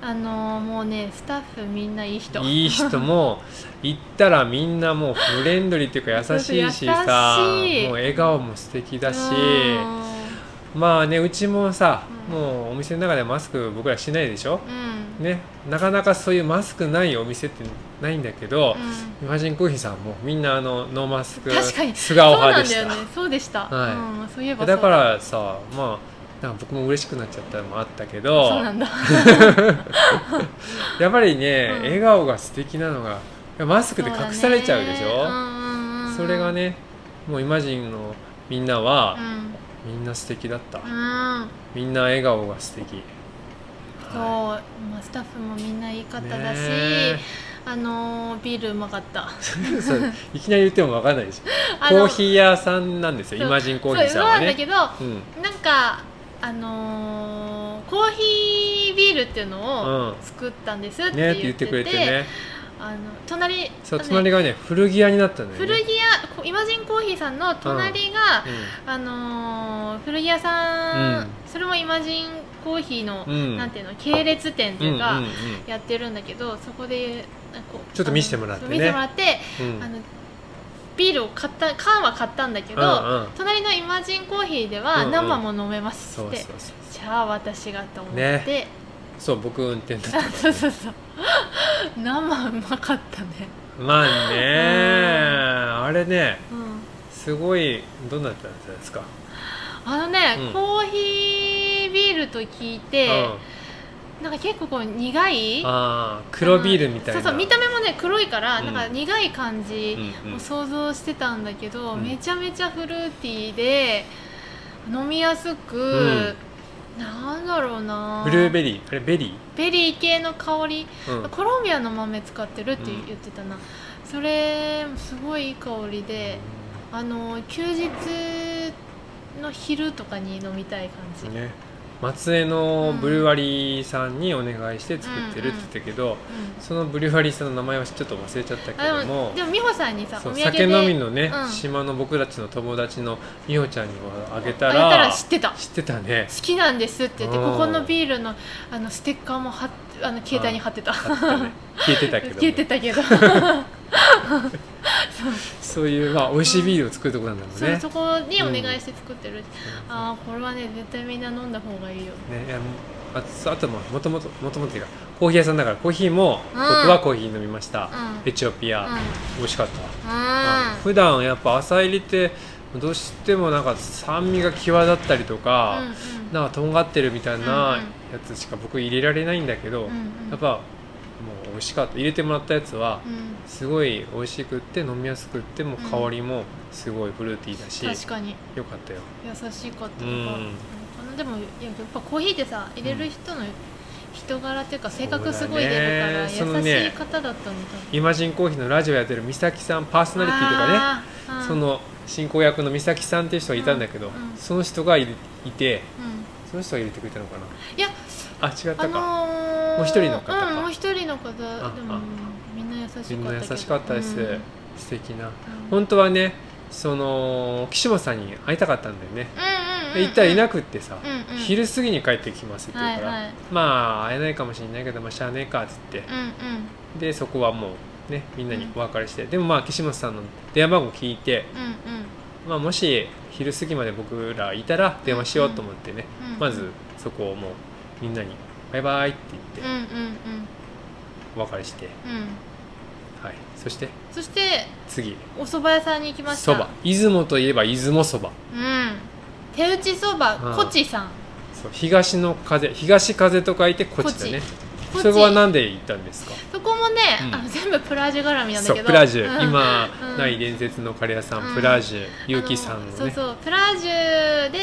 [SPEAKER 2] あのもうねスタッフみんないい人
[SPEAKER 1] いい人も行ったらみんなもうフレンドリーっていうか優しいしさ
[SPEAKER 2] そう優しい
[SPEAKER 1] もう笑顔も素敵だし、
[SPEAKER 2] う
[SPEAKER 1] まあねうちもさ、
[SPEAKER 2] うん
[SPEAKER 1] もうお店の中でマスク僕らしないでしょ、
[SPEAKER 2] んうん
[SPEAKER 1] ね、なかなかそういうマスクないお店ってないんだけど、
[SPEAKER 2] うん
[SPEAKER 1] イマジンコーヒーさんもみんなあのノーマスク
[SPEAKER 2] 確かに
[SPEAKER 1] 素顔派でし
[SPEAKER 2] そう
[SPEAKER 1] た
[SPEAKER 2] なんだよねそうでした、
[SPEAKER 1] はい
[SPEAKER 2] うん、そういえば
[SPEAKER 1] だ,、
[SPEAKER 2] そう
[SPEAKER 1] からさまあなんか僕も嬉しくなっちゃったのもあったけど
[SPEAKER 2] そうなんだ
[SPEAKER 1] やっぱりね、
[SPEAKER 2] うん
[SPEAKER 1] 笑顔が素敵なのがいやマスクで隠されちゃうでしょ
[SPEAKER 2] そうだねうんうんうん
[SPEAKER 1] それがねもうイマジンのみんなは
[SPEAKER 2] う、ん
[SPEAKER 1] みんな素敵だった、
[SPEAKER 2] うん
[SPEAKER 1] みんな笑顔が素敵
[SPEAKER 2] そう、
[SPEAKER 1] は
[SPEAKER 2] まあ、スタッフもみんないい
[SPEAKER 1] い
[SPEAKER 2] 方だし、
[SPEAKER 1] ねえ
[SPEAKER 2] あのービールうまかった
[SPEAKER 1] そういきなり言っても分かんないでしょコーヒー屋さんなんですよ
[SPEAKER 2] そう
[SPEAKER 1] イマジンコーヒーさんは
[SPEAKER 2] そうそうなんだ
[SPEAKER 1] ね
[SPEAKER 2] けど
[SPEAKER 1] うん
[SPEAKER 2] なんかあのーコーヒービールっていうの
[SPEAKER 1] う
[SPEAKER 2] を
[SPEAKER 1] ん
[SPEAKER 2] 作ったんですって
[SPEAKER 1] ねっ
[SPEAKER 2] 言ってて,、
[SPEAKER 1] 言ってくれてね
[SPEAKER 2] あの隣
[SPEAKER 1] そう
[SPEAKER 2] あのね
[SPEAKER 1] 隣がね古着屋になったんだよね
[SPEAKER 2] 古着屋こイマジンコーヒーさんの隣が、あのー古着屋さん、
[SPEAKER 1] うん
[SPEAKER 2] それもイマジンコーヒーの、
[SPEAKER 1] うん
[SPEAKER 2] なんていうの系列店って
[SPEAKER 1] うん
[SPEAKER 2] いうか、
[SPEAKER 1] うんうん
[SPEAKER 2] やってるんだけどそこでなんかこう
[SPEAKER 1] ちょっと見せてもらってね
[SPEAKER 2] あの見せてもらって、
[SPEAKER 1] うん
[SPEAKER 2] あのビールを買った缶は買ったんだけど、
[SPEAKER 1] うんうん
[SPEAKER 2] 隣のイマジンコーヒーで
[SPEAKER 1] うん
[SPEAKER 2] は
[SPEAKER 1] うん
[SPEAKER 2] 生も飲めます
[SPEAKER 1] そ
[SPEAKER 2] っ
[SPEAKER 1] う
[SPEAKER 2] て、
[SPEAKER 1] そうそう
[SPEAKER 2] じゃあ私がと思って、
[SPEAKER 1] ねそう僕運転だった
[SPEAKER 2] あ
[SPEAKER 1] か
[SPEAKER 2] そ
[SPEAKER 1] ら
[SPEAKER 2] う
[SPEAKER 1] ね
[SPEAKER 2] そう そう生うまかったね、
[SPEAKER 1] まあねあれね
[SPEAKER 2] うん、
[SPEAKER 1] すごいどんなだったんですか
[SPEAKER 2] あのね、
[SPEAKER 1] うん
[SPEAKER 2] コーヒービールと聞いて、
[SPEAKER 1] うん
[SPEAKER 2] なんか結構こう苦い
[SPEAKER 1] あー黒ビールみたいな
[SPEAKER 2] そうそう見た目もね黒いから、
[SPEAKER 1] うん
[SPEAKER 2] なんか苦い感じ
[SPEAKER 1] うんうん
[SPEAKER 2] を想像してたんだけど、
[SPEAKER 1] うん
[SPEAKER 2] めちゃめちゃフルーティーで飲みやすく、なんだろうな
[SPEAKER 1] ブルーベ
[SPEAKER 2] ベリ
[SPEAKER 1] リーあれベリ
[SPEAKER 2] ー系の香り、
[SPEAKER 1] ーうん
[SPEAKER 2] コロンビアの豆使ってるって言ってたな、それすごいいい香りであの休日の昼とかに飲みたい感じ、
[SPEAKER 1] ね松江のブルワリーさんにお願いして作ってるって言ったけど、そのブルワリーさんの名前はちょっと忘れちゃったけ
[SPEAKER 2] あ
[SPEAKER 1] ど
[SPEAKER 2] で
[SPEAKER 1] も
[SPEAKER 2] もでも美穂さんにさお土
[SPEAKER 1] そう
[SPEAKER 2] 産で
[SPEAKER 1] 酒飲みのね、
[SPEAKER 2] うん
[SPEAKER 1] 島の僕たちの友達の美穂ちゃんにもあげた
[SPEAKER 2] あげ
[SPEAKER 1] ら
[SPEAKER 2] たら知ってた好
[SPEAKER 1] 知ってたね
[SPEAKER 2] きなんですって言って
[SPEAKER 1] うん
[SPEAKER 2] ここのビールのあのステッカーも貼っあの携帯に貼ってた
[SPEAKER 1] あったね消えてたけども
[SPEAKER 2] 消えてた けど
[SPEAKER 1] そういう、まあ、美味しいビールを作るとこなんだもん
[SPEAKER 2] そう
[SPEAKER 1] ね
[SPEAKER 2] そこにお願いして作ってる、ああこれはね絶対みんな飲んだ方がいいよ
[SPEAKER 1] ねいやもうあそうあとももともともともとっていうかコーヒー屋さんだからコーヒーも、
[SPEAKER 2] うん
[SPEAKER 1] 僕はコーヒー飲みました、
[SPEAKER 2] うん
[SPEAKER 1] エチオピア、美味しかった、あ
[SPEAKER 2] う
[SPEAKER 1] 普段やっぱ朝入りってどうしてもなんか酸味が際立ったりとか、
[SPEAKER 2] んうんうん
[SPEAKER 1] なんかとんがってるみたいな
[SPEAKER 2] うん
[SPEAKER 1] やつしか僕入れられないんだけど、
[SPEAKER 2] うんうん
[SPEAKER 1] やっぱもう美味しかった入れてもらったやつは
[SPEAKER 2] うん
[SPEAKER 1] すごい美味しくって飲みやすくってもう香りもすごいフルーティーだし、
[SPEAKER 2] 確かに
[SPEAKER 1] よかったよ
[SPEAKER 2] 優しいかった
[SPEAKER 1] う
[SPEAKER 2] の
[SPEAKER 1] ん
[SPEAKER 2] かなでもいややっぱコーヒーってさ入れる人の人柄っていうか性格すごい出るから優し
[SPEAKER 1] そうだね
[SPEAKER 2] い方だったんだ
[SPEAKER 1] イマジンコーヒーのラジオやってる美咲さんパーソナリティとかね
[SPEAKER 2] ね
[SPEAKER 1] そ、の進行役の美咲さんっていう人がいたんだけど、
[SPEAKER 2] うんうん
[SPEAKER 1] その人がいいて
[SPEAKER 2] あーうん
[SPEAKER 1] その人が入れてくれたのかな
[SPEAKER 2] うんいや
[SPEAKER 1] あ違った
[SPEAKER 2] あ
[SPEAKER 1] か、
[SPEAKER 2] のー、
[SPEAKER 1] もう一人の方か
[SPEAKER 2] うんもう一人の方で
[SPEAKER 1] あ
[SPEAKER 2] も
[SPEAKER 1] あ
[SPEAKER 2] みんな優しかったけ
[SPEAKER 1] み
[SPEAKER 2] ど
[SPEAKER 1] んな優しかったです、
[SPEAKER 2] うん
[SPEAKER 1] 素敵な
[SPEAKER 2] うんうんうん
[SPEAKER 1] 本当はねその岸本さんに会いたかったんだよね、
[SPEAKER 2] うん
[SPEAKER 1] で行ったらいなくってさ、
[SPEAKER 2] うんうん
[SPEAKER 1] 昼過ぎに帰ってきますって言うから、
[SPEAKER 2] はいはい
[SPEAKER 1] まあ会えないかもしれないけど、まあ、しゃあねえかっつって、
[SPEAKER 2] うんうん
[SPEAKER 1] でそこはもうねみんなにお別れして、でもまあ岸本さんの電話番号聞いて、
[SPEAKER 2] うん
[SPEAKER 1] まあ、もし昼過ぎまで僕らいたら電話しようと思ってね、
[SPEAKER 2] うんうん
[SPEAKER 1] まずそこをもうみんなに「バイバイ」って
[SPEAKER 2] うん
[SPEAKER 1] 言って
[SPEAKER 2] うんうん
[SPEAKER 1] お別れして、
[SPEAKER 2] うんうん
[SPEAKER 1] はい、そして
[SPEAKER 2] そして
[SPEAKER 1] 次
[SPEAKER 2] お蕎麦屋さんに行きました
[SPEAKER 1] そば出雲といえば出雲そば
[SPEAKER 2] うん手打ちそば
[SPEAKER 1] うん
[SPEAKER 2] こちさん
[SPEAKER 1] そう東の風東風と書いてこっちだね
[SPEAKER 2] こち
[SPEAKER 1] それは何で行ったんですか
[SPEAKER 2] そこもね、
[SPEAKER 1] うん
[SPEAKER 2] あの全部プラージュ絡みなんだ
[SPEAKER 1] そ
[SPEAKER 2] け
[SPEAKER 1] う
[SPEAKER 2] ど
[SPEAKER 1] プラージュ、
[SPEAKER 2] うん
[SPEAKER 1] 今
[SPEAKER 2] うん
[SPEAKER 1] ない伝説のカレー屋さん、
[SPEAKER 2] うん
[SPEAKER 1] プラージュゆうきさんの
[SPEAKER 2] あ
[SPEAKER 1] ね
[SPEAKER 2] そうそうプラージュで、
[SPEAKER 1] うん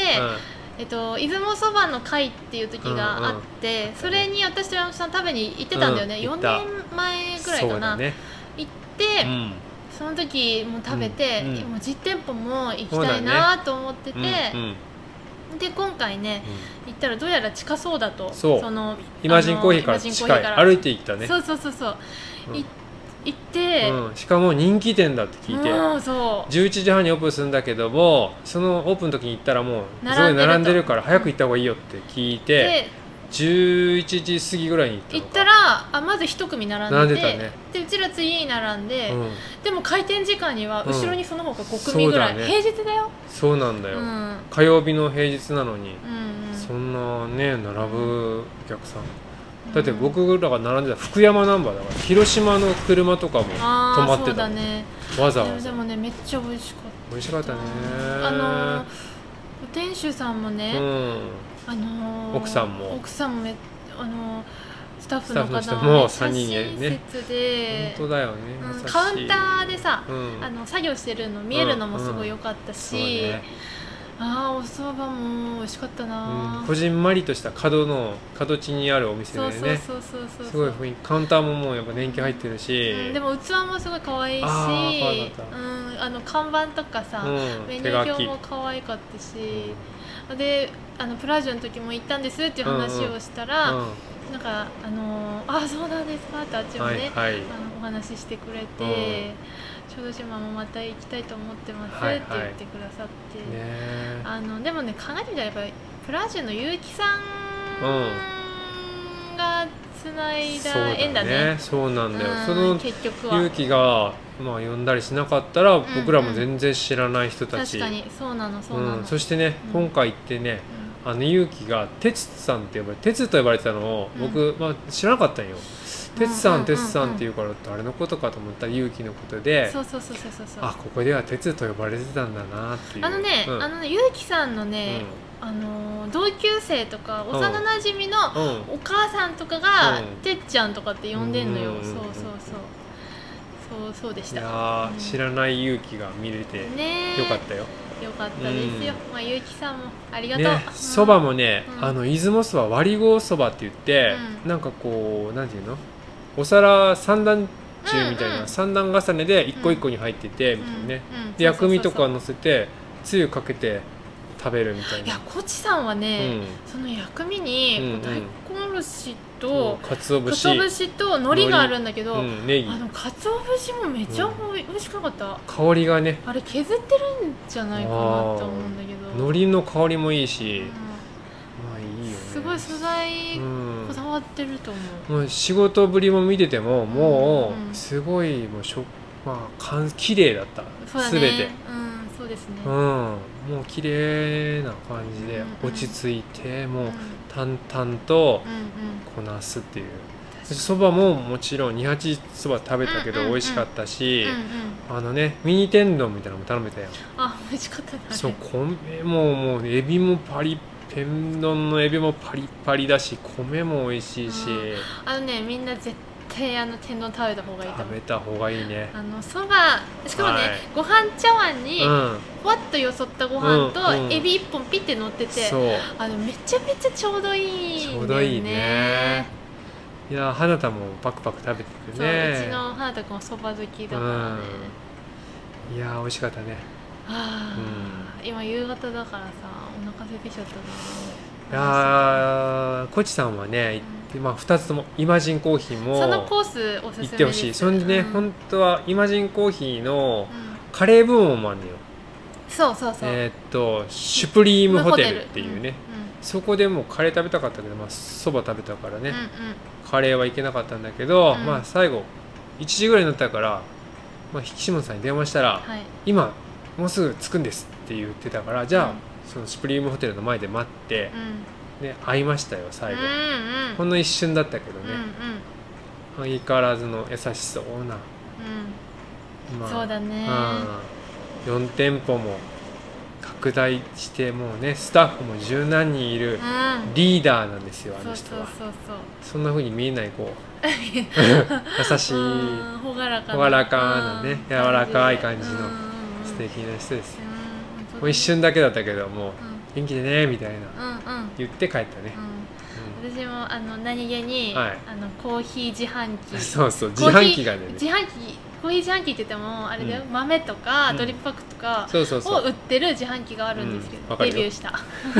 [SPEAKER 2] えっと、出雲そばの会っていう時があって、それに私と山本さん食べに行ってたんだよね、
[SPEAKER 1] うん行
[SPEAKER 2] 4
[SPEAKER 1] った
[SPEAKER 2] 年前ぐらい
[SPEAKER 1] そ
[SPEAKER 2] か
[SPEAKER 1] う
[SPEAKER 2] な、
[SPEAKER 1] だね、
[SPEAKER 2] 行って、
[SPEAKER 1] うん、
[SPEAKER 2] その時もう食べて、
[SPEAKER 1] うんうん
[SPEAKER 2] もう実店舗も行きたいなと思ってて、
[SPEAKER 1] うんうんうん
[SPEAKER 2] で今回ね行ったらどうやら近そうだと
[SPEAKER 1] そう
[SPEAKER 2] の
[SPEAKER 1] イマジンコーヒーから
[SPEAKER 2] あのイマジン
[SPEAKER 1] 近
[SPEAKER 2] コーヒ
[SPEAKER 1] い
[SPEAKER 2] ーから
[SPEAKER 1] 歩いて行ったね
[SPEAKER 2] そうそうそうそう、
[SPEAKER 1] うん
[SPEAKER 2] い行って、
[SPEAKER 1] うん、しかも人気店だって聞いて、
[SPEAKER 2] うんそう
[SPEAKER 1] 11時半にオープンするんだけどもそのオープンの時に行ったらもうすごい並んでるから早く行った方がいいよって聞いて
[SPEAKER 2] で
[SPEAKER 1] 11時過ぎぐらいに行ったの
[SPEAKER 2] 行っ
[SPEAKER 1] か
[SPEAKER 2] たらあまず一組並んでて
[SPEAKER 1] 並んでたね
[SPEAKER 2] でうちら次に並んで、
[SPEAKER 1] うん、
[SPEAKER 2] でも開店時間には
[SPEAKER 1] うん
[SPEAKER 2] 後ろにその他5組ぐらい、
[SPEAKER 1] そうだね
[SPEAKER 2] 平日だよ、
[SPEAKER 1] そうなんだ
[SPEAKER 2] う
[SPEAKER 1] よ、
[SPEAKER 2] ん、うん
[SPEAKER 1] 火曜日の平日なのに、
[SPEAKER 2] うん
[SPEAKER 1] そんなね並ぶお客さんだって
[SPEAKER 2] うん
[SPEAKER 1] 僕らが並んでた福山ナンバーだから広島の車とかも止
[SPEAKER 2] あー
[SPEAKER 1] まって
[SPEAKER 2] そ
[SPEAKER 1] た
[SPEAKER 2] うだね
[SPEAKER 1] わ
[SPEAKER 2] で
[SPEAKER 1] ざわ
[SPEAKER 2] も
[SPEAKER 1] ざ
[SPEAKER 2] でもねめっちゃ美味しかっ
[SPEAKER 1] 美味しかった
[SPEAKER 2] た
[SPEAKER 1] ね
[SPEAKER 2] あのー店主さんもね、
[SPEAKER 1] うん
[SPEAKER 2] あのー
[SPEAKER 1] 奥さんも
[SPEAKER 2] 奥さんもめあのースタッフの方
[SPEAKER 1] スタッフの人も
[SPEAKER 2] めっちゃ
[SPEAKER 1] 三人でね
[SPEAKER 2] 親切で、
[SPEAKER 1] 本当だよね、
[SPEAKER 2] うん
[SPEAKER 1] 優しい
[SPEAKER 2] カウンターでさ、
[SPEAKER 1] うん
[SPEAKER 2] あの作業してるの見えるのもすごい良かった
[SPEAKER 1] そう
[SPEAKER 2] し、
[SPEAKER 1] ね
[SPEAKER 2] ああお蕎麦も美味しかったな、
[SPEAKER 1] うんこじんまりとした角の角地にあるお店
[SPEAKER 2] そう
[SPEAKER 1] で
[SPEAKER 2] そう
[SPEAKER 1] ね
[SPEAKER 2] そうそうそう
[SPEAKER 1] すごい雰囲気カウンターももうやっぱ年季入ってるし、
[SPEAKER 2] うんでも器もすごい可愛いし
[SPEAKER 1] あー可愛かった
[SPEAKER 2] うん、あの看板とかさ、
[SPEAKER 1] うん
[SPEAKER 2] メニ
[SPEAKER 1] 手
[SPEAKER 2] ュー
[SPEAKER 1] 書
[SPEAKER 2] 表
[SPEAKER 1] き
[SPEAKER 2] も可愛かったし、であのプラジュの時も行ったんですっていう話をしたら、
[SPEAKER 1] うん
[SPEAKER 2] なんかあのー、あそうなんですかってあっちも
[SPEAKER 1] は
[SPEAKER 2] ね、
[SPEAKER 1] いはい
[SPEAKER 2] あのお話ししてくれて、
[SPEAKER 1] うん
[SPEAKER 2] 小豆島もまた行きたいと思ってますって
[SPEAKER 1] はい
[SPEAKER 2] 言っ
[SPEAKER 1] はい
[SPEAKER 2] てくださって、
[SPEAKER 1] ね
[SPEAKER 2] あのでもね考えてみたらやっぱりプラジュの結城さんがつないだ縁だね。
[SPEAKER 1] そうなんだよ、
[SPEAKER 2] うん
[SPEAKER 1] その
[SPEAKER 2] 結局は
[SPEAKER 1] 勇気がまあ呼んだりしなかったら
[SPEAKER 2] ん
[SPEAKER 1] 僕らも全然知らない人たち、
[SPEAKER 2] 確かにそうなのそうなの、
[SPEAKER 1] んそしてね、
[SPEAKER 2] うん
[SPEAKER 1] 今回行ってね
[SPEAKER 2] う
[SPEAKER 1] あの勇気が哲さんって呼ばれ哲と呼ばれてたのを僕、まあ、知らなかったんよ哲
[SPEAKER 2] うん
[SPEAKER 1] さ
[SPEAKER 2] うんうん
[SPEAKER 1] ん哲さんって言うから誰のことかと思ったら勇気のことで
[SPEAKER 2] んそうそうそうそうそうそう
[SPEAKER 1] あここでは鉄と呼ばれてたんだなっていう
[SPEAKER 2] あのね、
[SPEAKER 1] うん
[SPEAKER 2] あのね結城さんの
[SPEAKER 1] う
[SPEAKER 2] ね
[SPEAKER 1] ん、
[SPEAKER 2] あのー同級生とか幼なじみの
[SPEAKER 1] うん
[SPEAKER 2] お母さんとかが、
[SPEAKER 1] うん
[SPEAKER 2] てっちゃんとかって呼んでんの
[SPEAKER 1] う
[SPEAKER 2] よ、
[SPEAKER 1] んうんうん
[SPEAKER 2] そううんそうそうそうそうでし
[SPEAKER 1] い
[SPEAKER 2] た
[SPEAKER 1] やー、
[SPEAKER 2] うん
[SPEAKER 1] 知らない勇気が見れてよ
[SPEAKER 2] ねえ
[SPEAKER 1] かったよ
[SPEAKER 2] よかったですよ、まあゆうきさんもありがとう
[SPEAKER 1] ねそば、
[SPEAKER 2] うん
[SPEAKER 1] もね、
[SPEAKER 2] うん
[SPEAKER 1] あの出雲そば割りごそばって言って、
[SPEAKER 2] う
[SPEAKER 1] なんかこうなんていうのお皿三段中みたい
[SPEAKER 2] うんう
[SPEAKER 1] なん三段重ねで一個一個に入っててみたいなね、
[SPEAKER 2] うんうん
[SPEAKER 1] で薬味とか
[SPEAKER 2] そう
[SPEAKER 1] 乗せてつゆかけて食べるみたい
[SPEAKER 2] いや
[SPEAKER 1] な
[SPEAKER 2] コチさんは
[SPEAKER 1] う
[SPEAKER 2] ね、
[SPEAKER 1] ん
[SPEAKER 2] その薬味に
[SPEAKER 1] うんうん
[SPEAKER 2] こう大根おろし
[SPEAKER 1] そ
[SPEAKER 2] と
[SPEAKER 1] う鰹
[SPEAKER 2] か
[SPEAKER 1] 節
[SPEAKER 2] つお節と海苔があるんだけど、
[SPEAKER 1] うん、ネギ
[SPEAKER 2] あのかつお節もめちゃおい美味しくなかった、
[SPEAKER 1] 香りがね
[SPEAKER 2] あれ削ってるんじゃないかなと思うんだけど
[SPEAKER 1] 海苔の香りもいいし、
[SPEAKER 2] う
[SPEAKER 1] まあいいよ
[SPEAKER 2] ん
[SPEAKER 1] ね
[SPEAKER 2] すごい素材
[SPEAKER 1] うん
[SPEAKER 2] こだわってると思う、
[SPEAKER 1] もう仕事ぶりも見ててもも
[SPEAKER 2] うん
[SPEAKER 1] うすごいもうしょ、まあ、かん綺麗だった
[SPEAKER 2] そうだね
[SPEAKER 1] 全て、
[SPEAKER 2] うんそうですね、
[SPEAKER 1] うん、
[SPEAKER 2] うん
[SPEAKER 1] もう綺麗な感じで
[SPEAKER 2] うんうん
[SPEAKER 1] 落ち着いても
[SPEAKER 2] う
[SPEAKER 1] うん淡々と
[SPEAKER 2] うん
[SPEAKER 1] こなすっていうそばももちろん二八そば食べたけ
[SPEAKER 2] うん
[SPEAKER 1] ど
[SPEAKER 2] うんうん
[SPEAKER 1] 美味しかったし、
[SPEAKER 2] うんうん
[SPEAKER 1] あのねミニ天丼みたいなのも頼めたやん
[SPEAKER 2] あ美味しかったねあれ
[SPEAKER 1] そう米ももうエビもパリ天丼のエビもパリパリだし米も美味しいし、
[SPEAKER 2] うんあのねみんな絶対あの天丼食べた方がいいと
[SPEAKER 1] 食
[SPEAKER 2] 思う
[SPEAKER 1] べた方がいいね
[SPEAKER 2] あのそばしかもね、
[SPEAKER 1] はい
[SPEAKER 2] ご飯茶碗に
[SPEAKER 1] うん
[SPEAKER 2] ふわっとよそったご飯と、
[SPEAKER 1] うんうん
[SPEAKER 2] エビ一本ピッて乗ってて
[SPEAKER 1] そう
[SPEAKER 2] あのめちゃめちゃちょうどいいんだよね
[SPEAKER 1] ちょうどいいねいや花田もパクパク食べてて
[SPEAKER 2] そう
[SPEAKER 1] ね
[SPEAKER 2] うちの花田君はそば好きだからね、
[SPEAKER 1] うんいやー美味しかったね
[SPEAKER 2] ああ、今夕方だからさお腹空いてきちゃった
[SPEAKER 1] い
[SPEAKER 2] な
[SPEAKER 1] やーコチさんはね行って、まあ、2つともイマジンコーヒーも
[SPEAKER 2] そのコ
[SPEAKER 1] 行
[SPEAKER 2] ースおすすめです
[SPEAKER 1] ってほしいそんでね、
[SPEAKER 2] うんうん
[SPEAKER 1] 本当はイマジンコーヒーのカレー部門もあるのよ
[SPEAKER 2] そうそうそう、
[SPEAKER 1] えーっとシュプリームホテルっていうね、
[SPEAKER 2] ん
[SPEAKER 1] そこでもうカレー食べたかったけどまあそば食べたからね、
[SPEAKER 2] うん
[SPEAKER 1] カレーはいけなかったんだけど、
[SPEAKER 2] うん
[SPEAKER 1] まあ最後1時ぐらいになったから、まあ、岸本さんに電話したら、
[SPEAKER 2] はい
[SPEAKER 1] 今もうすぐ着くんですって言ってたからじゃあ、
[SPEAKER 2] うん
[SPEAKER 1] そのスプリームホテルの前で待って
[SPEAKER 2] う、ん
[SPEAKER 1] ね、会いましたよ最後、
[SPEAKER 2] うんうん
[SPEAKER 1] ほんの一瞬だったけど
[SPEAKER 2] うん
[SPEAKER 1] ね、相変わらずの優しそうな、
[SPEAKER 2] うんう
[SPEAKER 1] ま
[SPEAKER 2] ん
[SPEAKER 1] あ
[SPEAKER 2] そうだね
[SPEAKER 1] うん、4店舗も拡大してもうねスタッフも十何人いる
[SPEAKER 2] うん
[SPEAKER 1] リーダーなんですよあ
[SPEAKER 2] そ
[SPEAKER 1] の
[SPEAKER 2] う
[SPEAKER 1] 人
[SPEAKER 2] そう
[SPEAKER 1] は
[SPEAKER 2] そうそう
[SPEAKER 1] そんな風に見えないこ う優しい
[SPEAKER 2] うんほがらかな
[SPEAKER 1] ほがらかなね
[SPEAKER 2] うん
[SPEAKER 1] 柔らかい感じの
[SPEAKER 2] うんうんうん
[SPEAKER 1] 素敵な人です、
[SPEAKER 2] うん
[SPEAKER 1] もう一瞬だけだったけどもう
[SPEAKER 2] うん
[SPEAKER 1] 元気でねみたいな
[SPEAKER 2] うんうんうん
[SPEAKER 1] 言って帰ったね、
[SPEAKER 2] 私もあの何気に、
[SPEAKER 1] はい
[SPEAKER 2] あのコーヒー自販
[SPEAKER 1] うん
[SPEAKER 2] 機
[SPEAKER 1] そうそう自
[SPEAKER 2] コーヒー
[SPEAKER 1] 販機がね
[SPEAKER 2] 自販機コーヒー自販機って言ってもあれだよ、
[SPEAKER 1] う
[SPEAKER 2] 豆とか
[SPEAKER 1] うん
[SPEAKER 2] ドリップパックとか
[SPEAKER 1] そうそう
[SPEAKER 2] を
[SPEAKER 1] そう
[SPEAKER 2] 売ってる自販機があるんですけ
[SPEAKER 1] うん
[SPEAKER 2] ど、
[SPEAKER 1] わかる
[SPEAKER 2] デ
[SPEAKER 1] よ
[SPEAKER 2] ビューした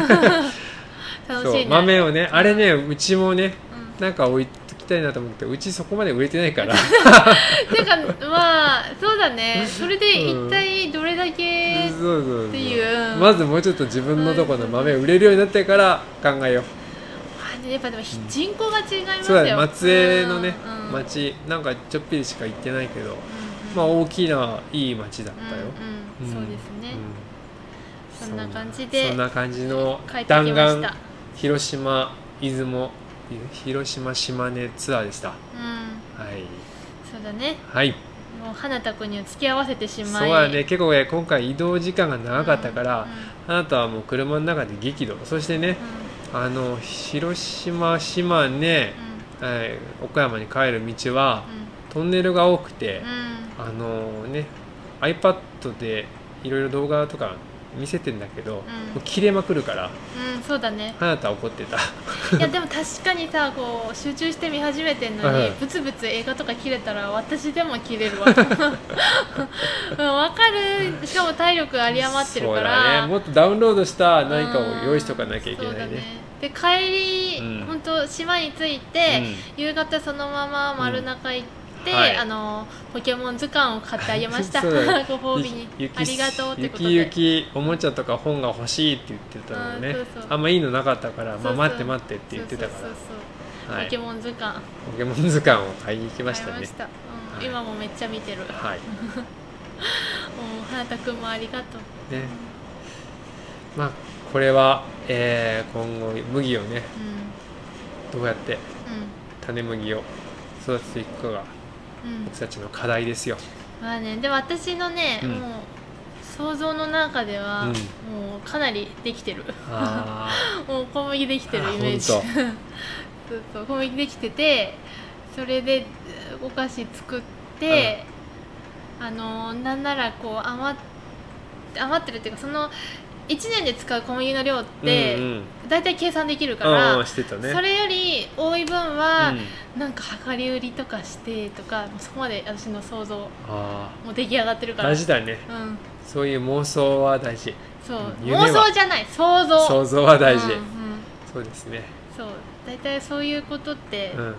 [SPEAKER 2] 楽し
[SPEAKER 1] そ
[SPEAKER 2] いうね
[SPEAKER 1] 豆をね
[SPEAKER 2] ん
[SPEAKER 1] あれねうちもね
[SPEAKER 2] うん
[SPEAKER 1] なんか置いときたいなと思ってうちそこまで売れてないから
[SPEAKER 2] ていうかまあそうだねそれで一体どれだけ、
[SPEAKER 1] そうそうそう
[SPEAKER 2] っていう
[SPEAKER 1] まずもうちょっと自分のとこの豆売れるようになってから考えよう
[SPEAKER 2] あねやっぱでもひ人口が違います
[SPEAKER 1] そう
[SPEAKER 2] よ、
[SPEAKER 1] だね松江のね
[SPEAKER 2] うんうん
[SPEAKER 1] 町なんかちょっぴりしか行ってないけど
[SPEAKER 2] うんうん
[SPEAKER 1] まあ大きないい町だったよ、
[SPEAKER 2] うんうん
[SPEAKER 1] ん
[SPEAKER 2] そうですね、
[SPEAKER 1] う
[SPEAKER 2] そんな感じで
[SPEAKER 1] そんな感じの
[SPEAKER 2] 帰ってきま
[SPEAKER 1] 弾
[SPEAKER 2] し
[SPEAKER 1] 丸
[SPEAKER 2] た
[SPEAKER 1] 広島出雲広島島根ツアーでしたは
[SPEAKER 2] うん
[SPEAKER 1] い
[SPEAKER 2] そうだね
[SPEAKER 1] はい
[SPEAKER 2] もう花田君には付き合わせてしま
[SPEAKER 1] そ
[SPEAKER 2] いう
[SPEAKER 1] やね結構ね今回移動時間が長かったから、
[SPEAKER 2] うん
[SPEAKER 1] あなたはもう車の中で激怒そしてねあの広島島根、えー岡山に帰る道はトンネルが多くて、あのね iPad でいろいろ動画とか見せてんだけど、もう切れまくるから
[SPEAKER 2] うんそうだね
[SPEAKER 1] あなたは怒ってた
[SPEAKER 2] いやでも確かにさこう集中して見始めてんの
[SPEAKER 1] はい
[SPEAKER 2] に
[SPEAKER 1] はい
[SPEAKER 2] ブツブツ映画とか切れたら私でも切れるわうんわかるしかも体力有り余ってる
[SPEAKER 1] そ
[SPEAKER 2] か
[SPEAKER 1] うだ
[SPEAKER 2] ら
[SPEAKER 1] ねもっとダウンロードした何かを用意しとかなきゃいけ
[SPEAKER 2] う
[SPEAKER 1] な
[SPEAKER 2] んそうだ
[SPEAKER 1] いね
[SPEAKER 2] で帰り、
[SPEAKER 1] うん
[SPEAKER 2] 本当島に着いて、夕方そのまま丸中行って、
[SPEAKER 1] うんはい
[SPEAKER 2] あのポケモン図鑑を買ってあげました
[SPEAKER 1] そうだ
[SPEAKER 2] ご
[SPEAKER 1] うん
[SPEAKER 2] 褒美に
[SPEAKER 1] ゆき
[SPEAKER 2] ありがとうって
[SPEAKER 1] ゆ
[SPEAKER 2] ことで
[SPEAKER 1] きゆきおもちゃとか本が欲しいって言ってたのね、
[SPEAKER 2] うんそうそう
[SPEAKER 1] あんまいいのなかったから、
[SPEAKER 2] そう
[SPEAKER 1] まあ、待
[SPEAKER 2] そう
[SPEAKER 1] って待ってって言ってたから
[SPEAKER 2] そうそうそうそう、
[SPEAKER 1] はい
[SPEAKER 2] ポケモン図鑑
[SPEAKER 1] ポケモン図鑑を買いに行きま
[SPEAKER 2] 買い
[SPEAKER 1] した
[SPEAKER 2] ま
[SPEAKER 1] ね
[SPEAKER 2] した、うん
[SPEAKER 1] はい
[SPEAKER 2] 今もめっちゃ見てるもう
[SPEAKER 1] はい
[SPEAKER 2] 花田君もありがとう
[SPEAKER 1] ねまあこれは、えー今後麦をね
[SPEAKER 2] う
[SPEAKER 1] どうやって
[SPEAKER 2] ん
[SPEAKER 1] 種麦を育てていくかが
[SPEAKER 2] うんうん
[SPEAKER 1] 僕たちの課題 ですよ
[SPEAKER 2] まあねでも私のね、
[SPEAKER 1] うん
[SPEAKER 2] もう想像の中では、
[SPEAKER 1] うん
[SPEAKER 2] もうかなりできてる
[SPEAKER 1] あ
[SPEAKER 2] もう小麦できてるイメージ
[SPEAKER 1] あ
[SPEAKER 2] そう そう小麦できててそれでお菓子作って、あのなんならこう余っ余ってるっていうかその1年で使う小麦の量っ
[SPEAKER 1] うん
[SPEAKER 2] て
[SPEAKER 1] うん
[SPEAKER 2] 大体計算できるか
[SPEAKER 1] あ
[SPEAKER 2] ら、
[SPEAKER 1] あしてたね
[SPEAKER 2] それより多い分は、
[SPEAKER 1] うん
[SPEAKER 2] なんか量り売りとかしてとかもうそこまで私の想像
[SPEAKER 1] あ
[SPEAKER 2] もう出来上がってる
[SPEAKER 1] あ
[SPEAKER 2] から
[SPEAKER 1] 大事だね
[SPEAKER 2] うん
[SPEAKER 1] そういう妄想は大事
[SPEAKER 2] そう
[SPEAKER 1] 夢は
[SPEAKER 2] 妄想じゃない想像
[SPEAKER 1] 想像は大事、
[SPEAKER 2] うんうん
[SPEAKER 1] そうですね
[SPEAKER 2] そう大体そういうことって
[SPEAKER 1] うん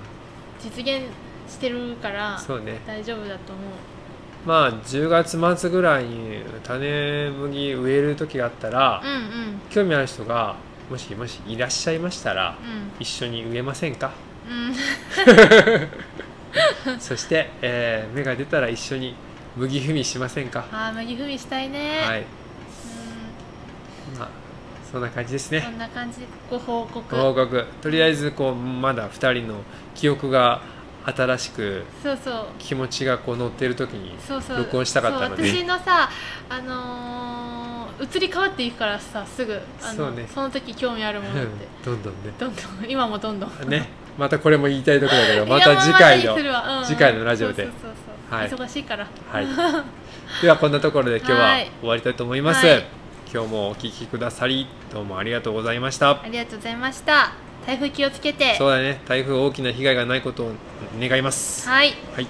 [SPEAKER 2] 実現してるから、
[SPEAKER 1] そうね
[SPEAKER 2] 大丈夫だと思う
[SPEAKER 1] まあ10月末ぐらいに種麦植える時があったら、
[SPEAKER 2] うんうん
[SPEAKER 1] 興味ある人がもしもしいらっしゃいましたら
[SPEAKER 2] う
[SPEAKER 1] 一緒に植えませんか
[SPEAKER 2] んうん
[SPEAKER 1] そして、えー芽が出たら一緒に麦踏みしませんか
[SPEAKER 2] ああ麦踏みしたいね、
[SPEAKER 1] は
[SPEAKER 2] う
[SPEAKER 1] いまあそんな感じです
[SPEAKER 2] んそ
[SPEAKER 1] ね
[SPEAKER 2] んな感じでご報告
[SPEAKER 1] ご報告とりあえずこうまだ2人の記憶が新しく
[SPEAKER 2] そうそう
[SPEAKER 1] 気持ちがこう乗ってる時に
[SPEAKER 2] そうそう
[SPEAKER 1] 録音したかったので
[SPEAKER 2] そう私のさあのー移り変わっていくからさすぐあの
[SPEAKER 1] そうね
[SPEAKER 2] その時興味あるものって
[SPEAKER 1] どんどんね
[SPEAKER 2] どんどん今もどんどん
[SPEAKER 1] ねまたこれも言いたいところだけどまた次
[SPEAKER 2] い
[SPEAKER 1] 回の
[SPEAKER 2] やまあまあいいするわうんうん
[SPEAKER 1] 次回のラジオで
[SPEAKER 2] そうそうそうそう
[SPEAKER 1] はい
[SPEAKER 2] 忙しいから
[SPEAKER 1] はい、ではこんなところで今日は
[SPEAKER 2] はい
[SPEAKER 1] 終わりたいと思います、
[SPEAKER 2] はい
[SPEAKER 1] 今日もお聞きくださりどうもありがとうございました
[SPEAKER 2] ありがとうございました台風気をつけて
[SPEAKER 1] そうだね台風大きな被害がないことを願います
[SPEAKER 2] はい
[SPEAKER 1] はい